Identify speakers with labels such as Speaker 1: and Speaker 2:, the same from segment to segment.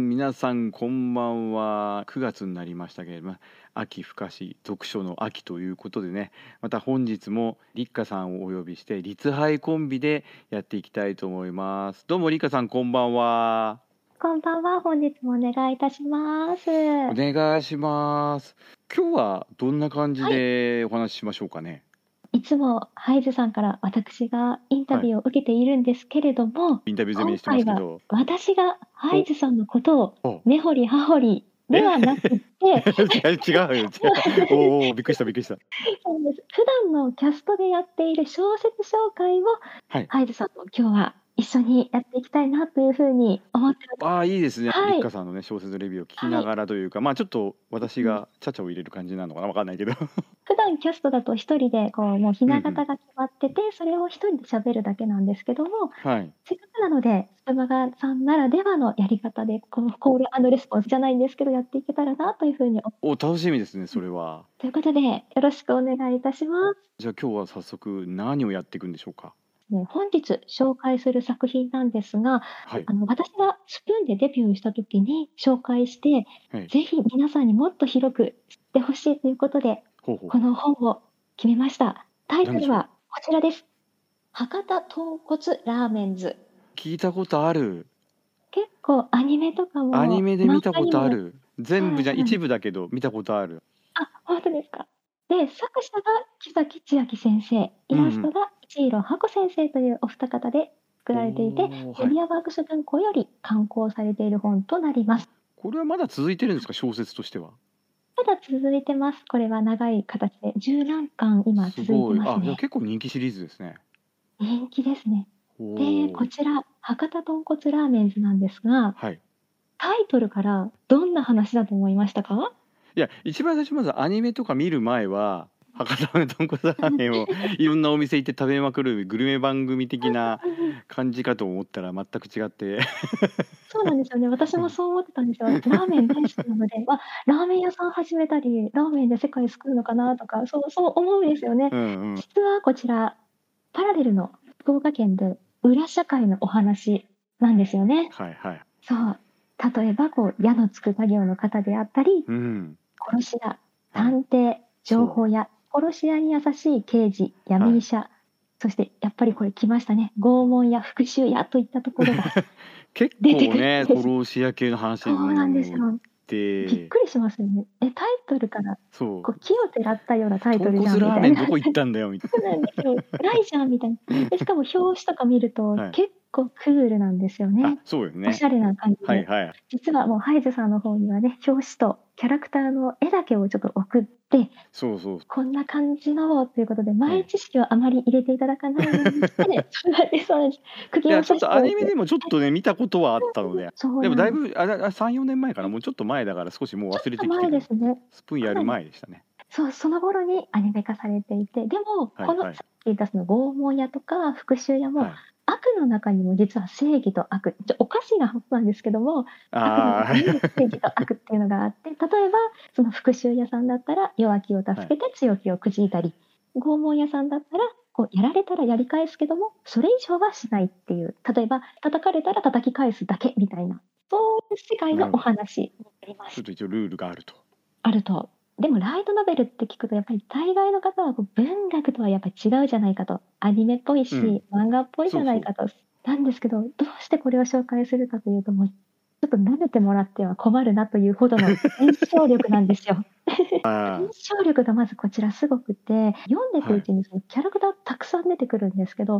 Speaker 1: 皆さんこんばんは9月になりましたけれども秋深し読書の秋ということでねまた本日も立花さんをお呼びして立杯コンビでやっていきたいと思いますどうも立花さんこんばんは
Speaker 2: こんばんは。本日もお願いいたします。
Speaker 1: お願いします今日はどんな感じでお話ししましょうかね
Speaker 2: いつもハイズさんから私がインタビューを受けているんですけれども、
Speaker 1: インタビュー済みにしてますけど
Speaker 2: 私がハイズさんのこと
Speaker 1: お
Speaker 2: を根掘り葉掘りではなくて、そう
Speaker 1: い や違うよ違うおーおーびっくりしたびっくりした
Speaker 2: なん です普段のキャストでやっている小説紹介を、
Speaker 1: はい
Speaker 2: ハイズさんと今日は一緒にやっていきたいなというふうに思ってます。
Speaker 1: ああいいですね、
Speaker 2: はい
Speaker 1: 立花さんのね小説のレビューを聞きながらというか、まあちょっと私がちゃちゃを入れる感じなのかなわかんないけど
Speaker 2: 普段キャストだと一人でこうもうひな形が決まってて、それを一人で喋るだけなんですけども、
Speaker 1: はい
Speaker 2: せっかくなので、スマガさんならではのやり方で、このコールレスポンスじゃないんですけど、やっていけたらなというふうに思う。
Speaker 1: お楽しみですねそれは
Speaker 2: ということで、よろしくお願いいたします。
Speaker 1: じゃあ今日は早速何をやっていくんでしょうか
Speaker 2: ね本日紹介する作品なんですが、
Speaker 1: はい
Speaker 2: あの私がスプーンでデビューした時に紹介して、
Speaker 1: はい
Speaker 2: ぜひ皆さんにもっと広く知ってほしいということで、
Speaker 1: ほうほう
Speaker 2: この本を決めました。タイト
Speaker 1: 何で
Speaker 2: ル
Speaker 1: しょう
Speaker 2: はこちらです。博多豚骨ラーメンズ。
Speaker 1: 聞いたことある
Speaker 2: 結構アニメとかも
Speaker 1: アニメで見たことあ
Speaker 2: 漫画にも
Speaker 1: る全部じゃ
Speaker 2: はいはい
Speaker 1: 一部だけど見たことある
Speaker 2: あ、本当ですか。で、作者が木崎千秋先生、イラストが一色はこ先生というお二方で作られていて、
Speaker 1: お
Speaker 2: メ
Speaker 1: ーはい
Speaker 2: ディアワークス文庫より刊行されている本となります。
Speaker 1: これはまだ続いてるんですか小説としては
Speaker 2: まだ続いてます。これは長い形で十何巻今
Speaker 1: す
Speaker 2: 続いて
Speaker 1: ごい
Speaker 2: ます
Speaker 1: あじゃあ
Speaker 2: ね。
Speaker 1: 結構人気シリーズですね
Speaker 2: 人気ですね。
Speaker 1: お
Speaker 2: で、
Speaker 1: ー
Speaker 2: こちら博多豚骨ラーメンズなんですが、
Speaker 1: はい
Speaker 2: タイトルからどんな話だと思いまし たか？
Speaker 1: いや一番最初まずアニメとか見る前は博多の豚骨ラーメンをいろんなお店行って食べまくるグルメ番組的な感じかと思ったら全く違って
Speaker 2: そうなんですよね。私もそう思ってたんですよ。ラーメン大好きなの で、まあ、ラーメン屋さん始めたり、ラーメンで世界救うのかなとか、そう、そう思うんですよね
Speaker 1: う。ん、うん、
Speaker 2: 実はこちら、パラレルの福岡県で裏社会のお話なんですよね。
Speaker 1: はいはい、
Speaker 2: そう。例えば、こう、矢のつく家業の方であったり、
Speaker 1: うん、
Speaker 2: 殺し屋、探偵、情報屋、殺し屋に優しい刑事、闇医者、そしてやっぱりこれ来ましたね。拷問や復讐やといったところが。
Speaker 1: 結構ね殺し屋系の話
Speaker 2: そ
Speaker 1: に
Speaker 2: うなんです
Speaker 1: なっ
Speaker 2: よ。びってくりしますよね。え、タイトルから
Speaker 1: そう
Speaker 2: こう木をてらったようなタイ
Speaker 1: 豚
Speaker 2: ト
Speaker 1: 骨
Speaker 2: ルじゃんみ
Speaker 1: ラー
Speaker 2: た
Speaker 1: メ
Speaker 2: い
Speaker 1: ン
Speaker 2: な。
Speaker 1: どこ行ったんだよみたい
Speaker 2: そうなんですよ。ないじゃんみたいな。でしかも表紙とか見ると
Speaker 1: はい
Speaker 2: 結構クールなんですよ
Speaker 1: なあ
Speaker 2: ね。
Speaker 1: そうよね
Speaker 2: おしゃれな感じで、
Speaker 1: はいはい
Speaker 2: 実はもうハイズさんの方にはね表紙とキャラクターの絵だけをちょっと送って
Speaker 1: そうそう
Speaker 2: こんな感じのということで前知識をあまり入れていただかないよ うにして、そうなんですそうなんです
Speaker 1: い
Speaker 2: 釘
Speaker 1: や
Speaker 2: を
Speaker 1: ちょっ
Speaker 2: 刺して
Speaker 1: とアニメでもちょっとね見たことはあったので
Speaker 2: そう
Speaker 1: で
Speaker 2: なん
Speaker 1: もだいぶあ34年前かなもうちょっと前だから少しもう忘れ
Speaker 2: ちょ
Speaker 1: てきて
Speaker 2: っと前
Speaker 1: る
Speaker 2: ですね
Speaker 1: スプーンやる前でしたね
Speaker 2: そうその頃にアニメ化されていてでも
Speaker 1: はい
Speaker 2: この
Speaker 1: はい
Speaker 2: さっき言ったその拷問屋とか復讐屋も、
Speaker 1: はい
Speaker 2: 悪の中にも実は正義と悪ちょおかしなことなんですけども
Speaker 1: あ
Speaker 2: 悪の 中にも正義と悪っていうのがあって例えばその復讐屋さんだったら弱気を助けて強気をくじいたり、拷問屋さんだったらこうやられたらやり返すけどもそれ以上はしないっていう例えば叩かれたら叩き返すだけみたいなそういう世界のお話になりま
Speaker 1: あ
Speaker 2: す
Speaker 1: ちょっ。と一応ルールがあると
Speaker 2: あると。でもライトノベルって聞くとやっぱり大概の方はこう文学とはやっぱり違うじゃないかとアニメっぽいし、
Speaker 1: うん
Speaker 2: 漫画っぽいじゃないかとなんですけどどうしてこれを紹介するかというともうちょっと舐めてもらっては困るなというほど の印象力なんですよ。
Speaker 1: あー
Speaker 2: 印象力がまずこちらすごくて読んでいくうちにそのキャラクターたくさん出てくるんですけど、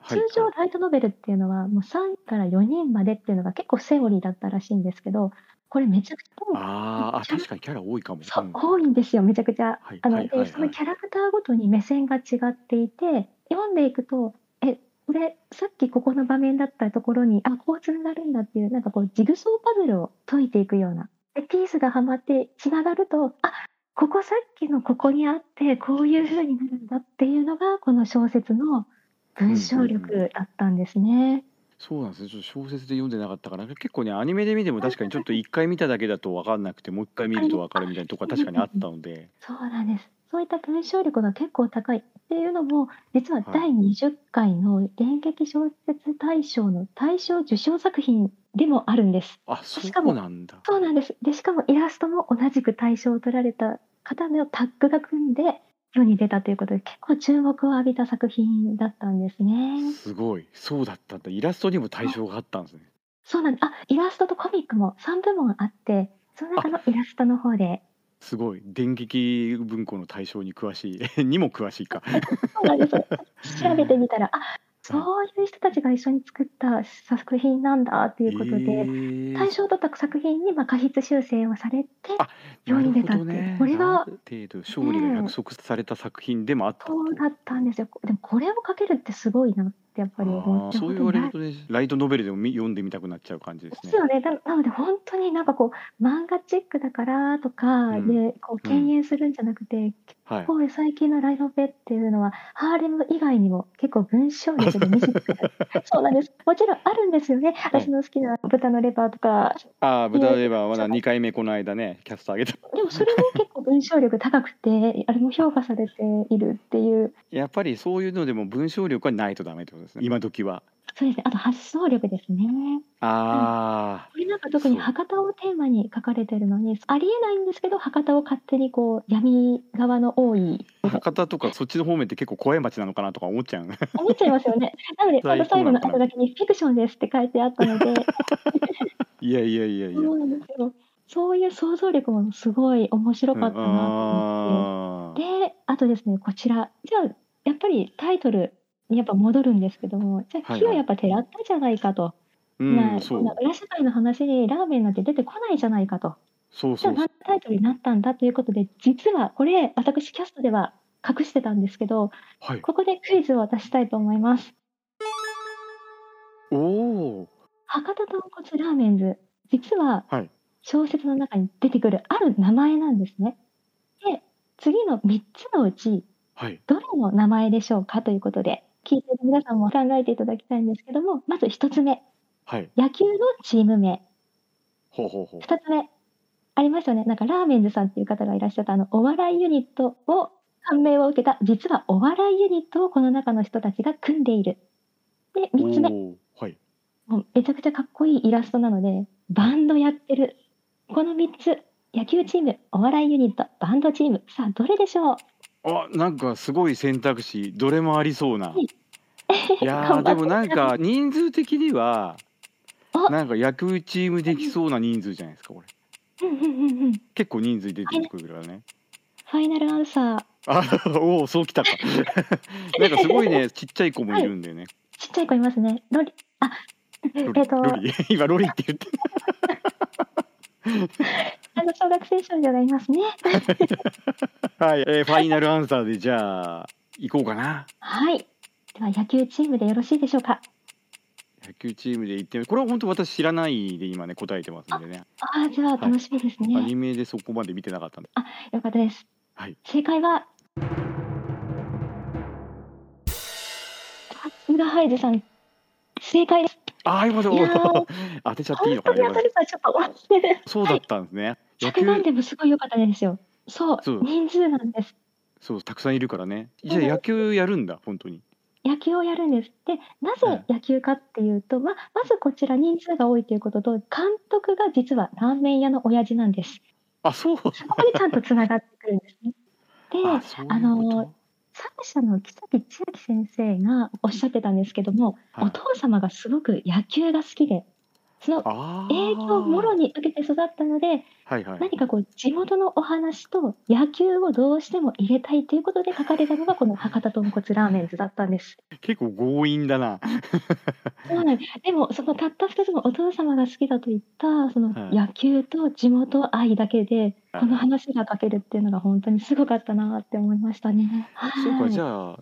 Speaker 1: はい
Speaker 2: 通常ライトノベルっていうのはもう3から4人までっていうのが結構セオリーだったらしいんですけどこれめちゃくちゃ多い
Speaker 1: あーあ確かにキャラ多いかも
Speaker 2: そううん多いんですよめちゃくちゃ。
Speaker 1: はい
Speaker 2: あの
Speaker 1: はい
Speaker 2: で
Speaker 1: はいはい
Speaker 2: そのキャラクターごとに目線が違っていて読んでいくとえこれさっきここの場面だったところにあこうつながるんだっていうなんかこうジグソーパズルを解いていくようなでピースがはまってつながるとあここさっきのここにあってこういう風になるんだっていうのがこの小説の文章力だったんですね。
Speaker 1: そうなんですねちょっと小説で読んでなかったから結構ねアニメで見ても確かにちょっと一回見ただけだと分かんなくてもう一回見ると分かるみたいなとこは確かにあったので
Speaker 2: そうなんです。そういった文章力が結構高いっていうのも、実は第20回の電撃小説大賞の大賞受賞作品でもあるんです。
Speaker 1: あそ
Speaker 2: しかも
Speaker 1: うなんだ
Speaker 2: そうなんです。で、しかもイラストも同じく大賞を取られた方のタッグが組んで世に出たということで、結構注目を浴びた作品だったんですね。
Speaker 1: すごいそうだったんだイラストにも対象があったんですね
Speaker 2: そうなんです。あ、イラストとコミックも3部門あって、その中のイラストの方で、
Speaker 1: すごい電撃文庫の対象に詳しい にも詳しい か
Speaker 2: そうなん です。調べてみたら、あ、そういう人たちが一緒に作った作品なんだということ
Speaker 1: え
Speaker 2: で、
Speaker 1: ー
Speaker 2: 対象とった作品にまあ過失修正をされて、
Speaker 1: あ
Speaker 2: 世に出たっ
Speaker 1: なるほど
Speaker 2: て
Speaker 1: ね
Speaker 2: これが
Speaker 1: ある程度勝利が約束された作品でもあったと
Speaker 2: そうだったんですよ。でもこれを書けるってすごいなってやっぱり思
Speaker 1: あ
Speaker 2: っ
Speaker 1: ー
Speaker 2: て。
Speaker 1: そう言われるとねライトノベルでもみ読んでみたくなっちゃう感じです
Speaker 2: で
Speaker 1: ね
Speaker 2: すよね。ななので本当になんかこう漫画チックだからとか
Speaker 1: うん
Speaker 2: でこう敬遠するんじゃなくて、
Speaker 1: はい
Speaker 2: 結構最近のライノベっていうのはハーレム以外にも結構文章力で見せてく れるそうなんです。もちろんあるんですよね。私の好きな豚のレバーとか。
Speaker 1: ああ豚レバーまだ2回目この間ねキャスト上げた
Speaker 2: でもそれも結構文章力高くて、あれも評価されているっていう。
Speaker 1: やっぱりそういうのでも文章力はないとダメってことですね今時は
Speaker 2: そうですね。あと発想力ですね。
Speaker 1: ああ、
Speaker 2: これなんか特に
Speaker 1: そう
Speaker 2: 博多をテーマに書かれてるのにありえないんですけど博多を勝手にこう闇側の多い
Speaker 1: 博多とかそっちの方面って結構怖い街なのかなとか思っちゃう
Speaker 2: 思っちゃいますよねなので
Speaker 1: 最
Speaker 2: あ
Speaker 1: 高
Speaker 2: と最後の後だけに「フィクションです」って書いてあったので
Speaker 1: いやいやいやいや
Speaker 2: そうなんですよそういう想像力もすごい面白かったなと思っ
Speaker 1: あ
Speaker 2: て、であとですねこちらじゃあやっぱりタイトルにやっぱ戻るんですけどもじゃ
Speaker 1: は
Speaker 2: あ
Speaker 1: い
Speaker 2: 火
Speaker 1: はい
Speaker 2: をやっぱ照らったじゃないかと、
Speaker 1: ーう
Speaker 2: まあ
Speaker 1: ん、
Speaker 2: こ
Speaker 1: そ
Speaker 2: ん
Speaker 1: う
Speaker 2: な裏社会の話にラーメンなんて出てこないじゃないかと。
Speaker 1: そう
Speaker 2: じゃ
Speaker 1: そ
Speaker 2: あ
Speaker 1: う
Speaker 2: 何のタイトルになったんだということで実はこれ私キャストでは隠してたんですけど
Speaker 1: はい
Speaker 2: ここでクイズを出したいと思います
Speaker 1: おお
Speaker 2: 博多豚骨ラーメンズ実は
Speaker 1: はい
Speaker 2: 小説の中に出てくるある名前なんですねで次の3つのうち
Speaker 1: はい
Speaker 2: どれの名前でしょうかということで聞いている皆さんも考えていただきたいんですけどもまず1つ目
Speaker 1: はい
Speaker 2: 野球のチーム名
Speaker 1: ほうほうほう
Speaker 2: 2つ目ありましたよねなんかラーメンズさんっていう方がいらっしゃったあのお笑いユニットを感銘を受けた実はお笑いユニットをこの中の人たちが組んでいるで3つ目
Speaker 1: おーはい
Speaker 2: もうめちゃくちゃかっこいいイラストなのでバンドやってるこの3つ野球チームお笑いユニットバンドチームさあどれでしょう
Speaker 1: あなんかすごい選択肢どれもありそうな。
Speaker 2: い
Speaker 1: いや ーでもなんか人数的には
Speaker 2: あ
Speaker 1: なんか野球チームできそうな人数じゃないですかこれ
Speaker 2: うんうんうんうんフ
Speaker 1: 結構人数出てくるからね
Speaker 2: ァイナルアンサー
Speaker 1: あおおそうきたか なんかすごい ねちっちゃい子もいるんだよね、
Speaker 2: ちっちゃい子いますねロリあえっ
Speaker 1: ロリ
Speaker 2: と
Speaker 1: ロリ 今ロリって言って
Speaker 2: あの小学生少女がいますね
Speaker 1: はい、えーファイナルアンサーでじゃあ行こうかな
Speaker 2: はいでは野球チームでよろしいでしょうか
Speaker 1: 野球チームで行ってみこれは本当私知らないで今ね答えてますんでね
Speaker 2: ああ、じゃあ楽しみですね。
Speaker 1: アニメでそこまで見てなかったんで
Speaker 2: よかったです。
Speaker 1: はい
Speaker 2: 正解は。さすがハイジさん。正解です。
Speaker 1: ああよかった
Speaker 2: いやー
Speaker 1: 当てちゃっていいのか
Speaker 2: 本当に
Speaker 1: な
Speaker 2: 当たるかちょっと忘れて。
Speaker 1: そうだったんですね。野
Speaker 2: 100万
Speaker 1: 球
Speaker 2: でもすごい良かったですよ。そう、
Speaker 1: そう
Speaker 2: 人数なんです。
Speaker 1: そうたくさんいるからね。じゃあ
Speaker 2: そう
Speaker 1: 野球やるんだ本当に。
Speaker 2: 野球をやるんです。で、なぜ野球かっていうと、まあ、まずこちら人数が多いということと、監督が実はラーメン屋の親父なんです。
Speaker 1: あそう。
Speaker 2: そこにちゃんとつながってくるんですね。で、
Speaker 1: あそういうこと。
Speaker 2: あの作者の木崎千秋先生がおっしゃってたんですけども、
Speaker 1: はい
Speaker 2: お父様がすごく野球が好きでその
Speaker 1: あー
Speaker 2: 影響をもろに受けて育ったので
Speaker 1: はいはい。
Speaker 2: 何かこう地元のお話と野球をどうしても入れたいということで書かれたのがこの博多豚骨ラーメンズだったんです。
Speaker 1: 結構強引だ な。
Speaker 2: そうなんですでもそのたった2つのお父様が好きだといったその
Speaker 1: はい
Speaker 2: 野球と地元愛だけで
Speaker 1: はい
Speaker 2: この話が書けるっていうのが本当にすごかったなって思いましたね。
Speaker 1: そう
Speaker 2: は
Speaker 1: か
Speaker 2: い
Speaker 1: じゃあ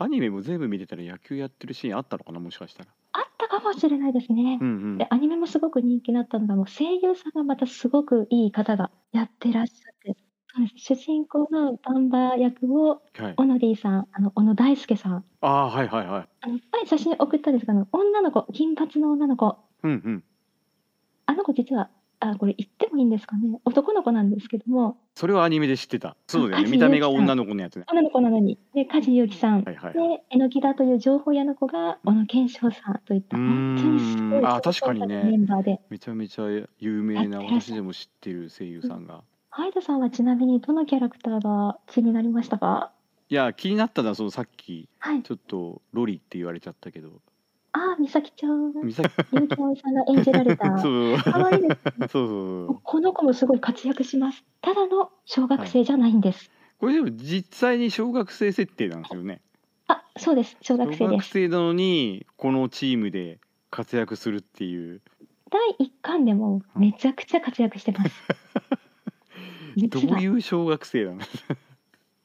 Speaker 1: アニメも全部見てたら野球やってるシーンあったのかなもしかしたら。
Speaker 2: あったかもしれないですね
Speaker 1: う。ん
Speaker 2: でアニメもすごく人気だったのがもう声優さんがまたすごくいい方がやってらっしゃってそうです主人公のバンバー役を
Speaker 1: うん。はい。
Speaker 2: オノディさんあの小野大輔さん
Speaker 1: ああはいはいはい。
Speaker 2: あの前写真送ったんですがあの女の子金髪の女の子
Speaker 1: うんうん。
Speaker 2: あの子実はあこれ言ってもいいんですかね男の子なんですけども
Speaker 1: それはアニメで知ってたそうだよね
Speaker 2: あ
Speaker 1: 見た目が
Speaker 2: 梶裕貴さん
Speaker 1: 女の子のやつね
Speaker 2: 女の子なのにで梶裕貴さん、
Speaker 1: はいはいはい
Speaker 2: で榎田という情報屋の子が小野賢章さんといった
Speaker 1: うー
Speaker 2: 本
Speaker 1: ん
Speaker 2: 当にすごい
Speaker 1: あ確かにね
Speaker 2: メンバーで
Speaker 1: めちゃめちゃ有名な
Speaker 2: やってらっしゃ
Speaker 1: 私でも知ってる声優さんが
Speaker 2: ハイドさんはちなみにどのキャラクターが気になりましたか
Speaker 1: いや気になったのはそのさっき
Speaker 2: はい
Speaker 1: ちょっとロリって言われちゃったけど
Speaker 2: あ美咲ちゃん
Speaker 1: 美咲
Speaker 2: ゆうきあおいさんが演じられた
Speaker 1: そうそう
Speaker 2: 可愛いです
Speaker 1: そうそう
Speaker 2: この子もすごい活躍しますただの小学生じゃないんです、
Speaker 1: これでも実際に小学生設定なんですよね
Speaker 2: あそうです小学
Speaker 1: 小
Speaker 2: 生で
Speaker 1: 学
Speaker 2: す
Speaker 1: 生なのにこのチームで活躍するっていう
Speaker 2: 第一巻でもめちゃくちゃ活躍し てます
Speaker 1: ど
Speaker 2: 実
Speaker 1: う
Speaker 2: は
Speaker 1: いう小学生なの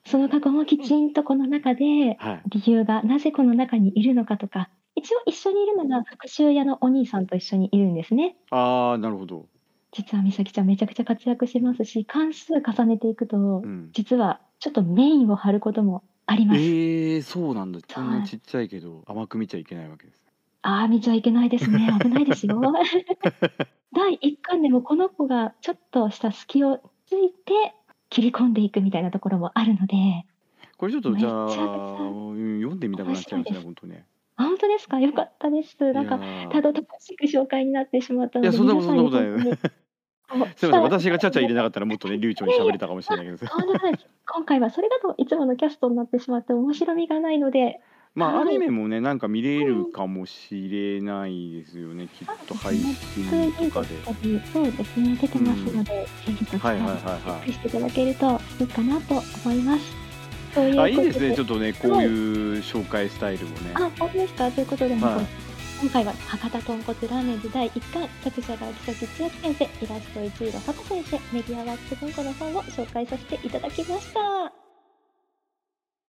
Speaker 2: その過去もきちんとこの中で
Speaker 1: はい
Speaker 2: 理由がなぜこの中にいるのかとか一応一緒にいるのが復讐屋のお兄さんと一緒にいるんですね
Speaker 1: ああなるほど
Speaker 2: 実は美咲ちゃんめちゃくちゃ活躍してますし関数重ねていくと
Speaker 1: うん
Speaker 2: 実はちょっとメインを張ることもあります、
Speaker 1: えー、そうなんだこん
Speaker 2: は
Speaker 1: ないちっちゃいけど甘く見ちゃいけないわけです
Speaker 2: ああ見ちゃいけないです ね危ないですよ第1巻でもこの子がちょっとした隙をついて切り込んでいくみたいなところもあるので
Speaker 1: これちょっとじゃあ
Speaker 2: めちゃくちゃ
Speaker 1: うん読んでみたくなっちゃいますね本当ね
Speaker 2: あ本当ですかよかったですなんか
Speaker 1: いやー
Speaker 2: たどたどしく紹介になってしまったので
Speaker 1: いやそんなこと
Speaker 2: 皆さに
Speaker 1: そんなこと
Speaker 2: 本当に
Speaker 1: すいません
Speaker 2: こう
Speaker 1: 私がちゃちゃ入れなかったらもっとね流暢に喋れたかもしれないけど
Speaker 2: あ本当だ今回はそれだといつものキャストになってしまって面白みがないので
Speaker 1: まあ
Speaker 2: は
Speaker 1: ア
Speaker 2: い
Speaker 1: ニメもねなんか見れるかもしれないですよねきっと配
Speaker 2: 普通に
Speaker 1: 信とかで
Speaker 2: だったりそうですね出てますので、ぜひそち
Speaker 1: は
Speaker 2: ら
Speaker 1: い
Speaker 2: も
Speaker 1: はいは
Speaker 2: チ
Speaker 1: い
Speaker 2: ェ
Speaker 1: は
Speaker 2: ッ
Speaker 1: い
Speaker 2: クしていただけるといいかなと思います。という
Speaker 1: あいいです
Speaker 2: こと
Speaker 1: ねちょっとねこういう紹介スタイルもね
Speaker 2: あ、本当ですか。ということで、
Speaker 1: はい
Speaker 2: 今回は博多豚骨ラーメンズ第1巻、作者が木崎千秋先生、イラスト1位の佐藤先生、メディアワークス文庫の本を紹介させていただきました。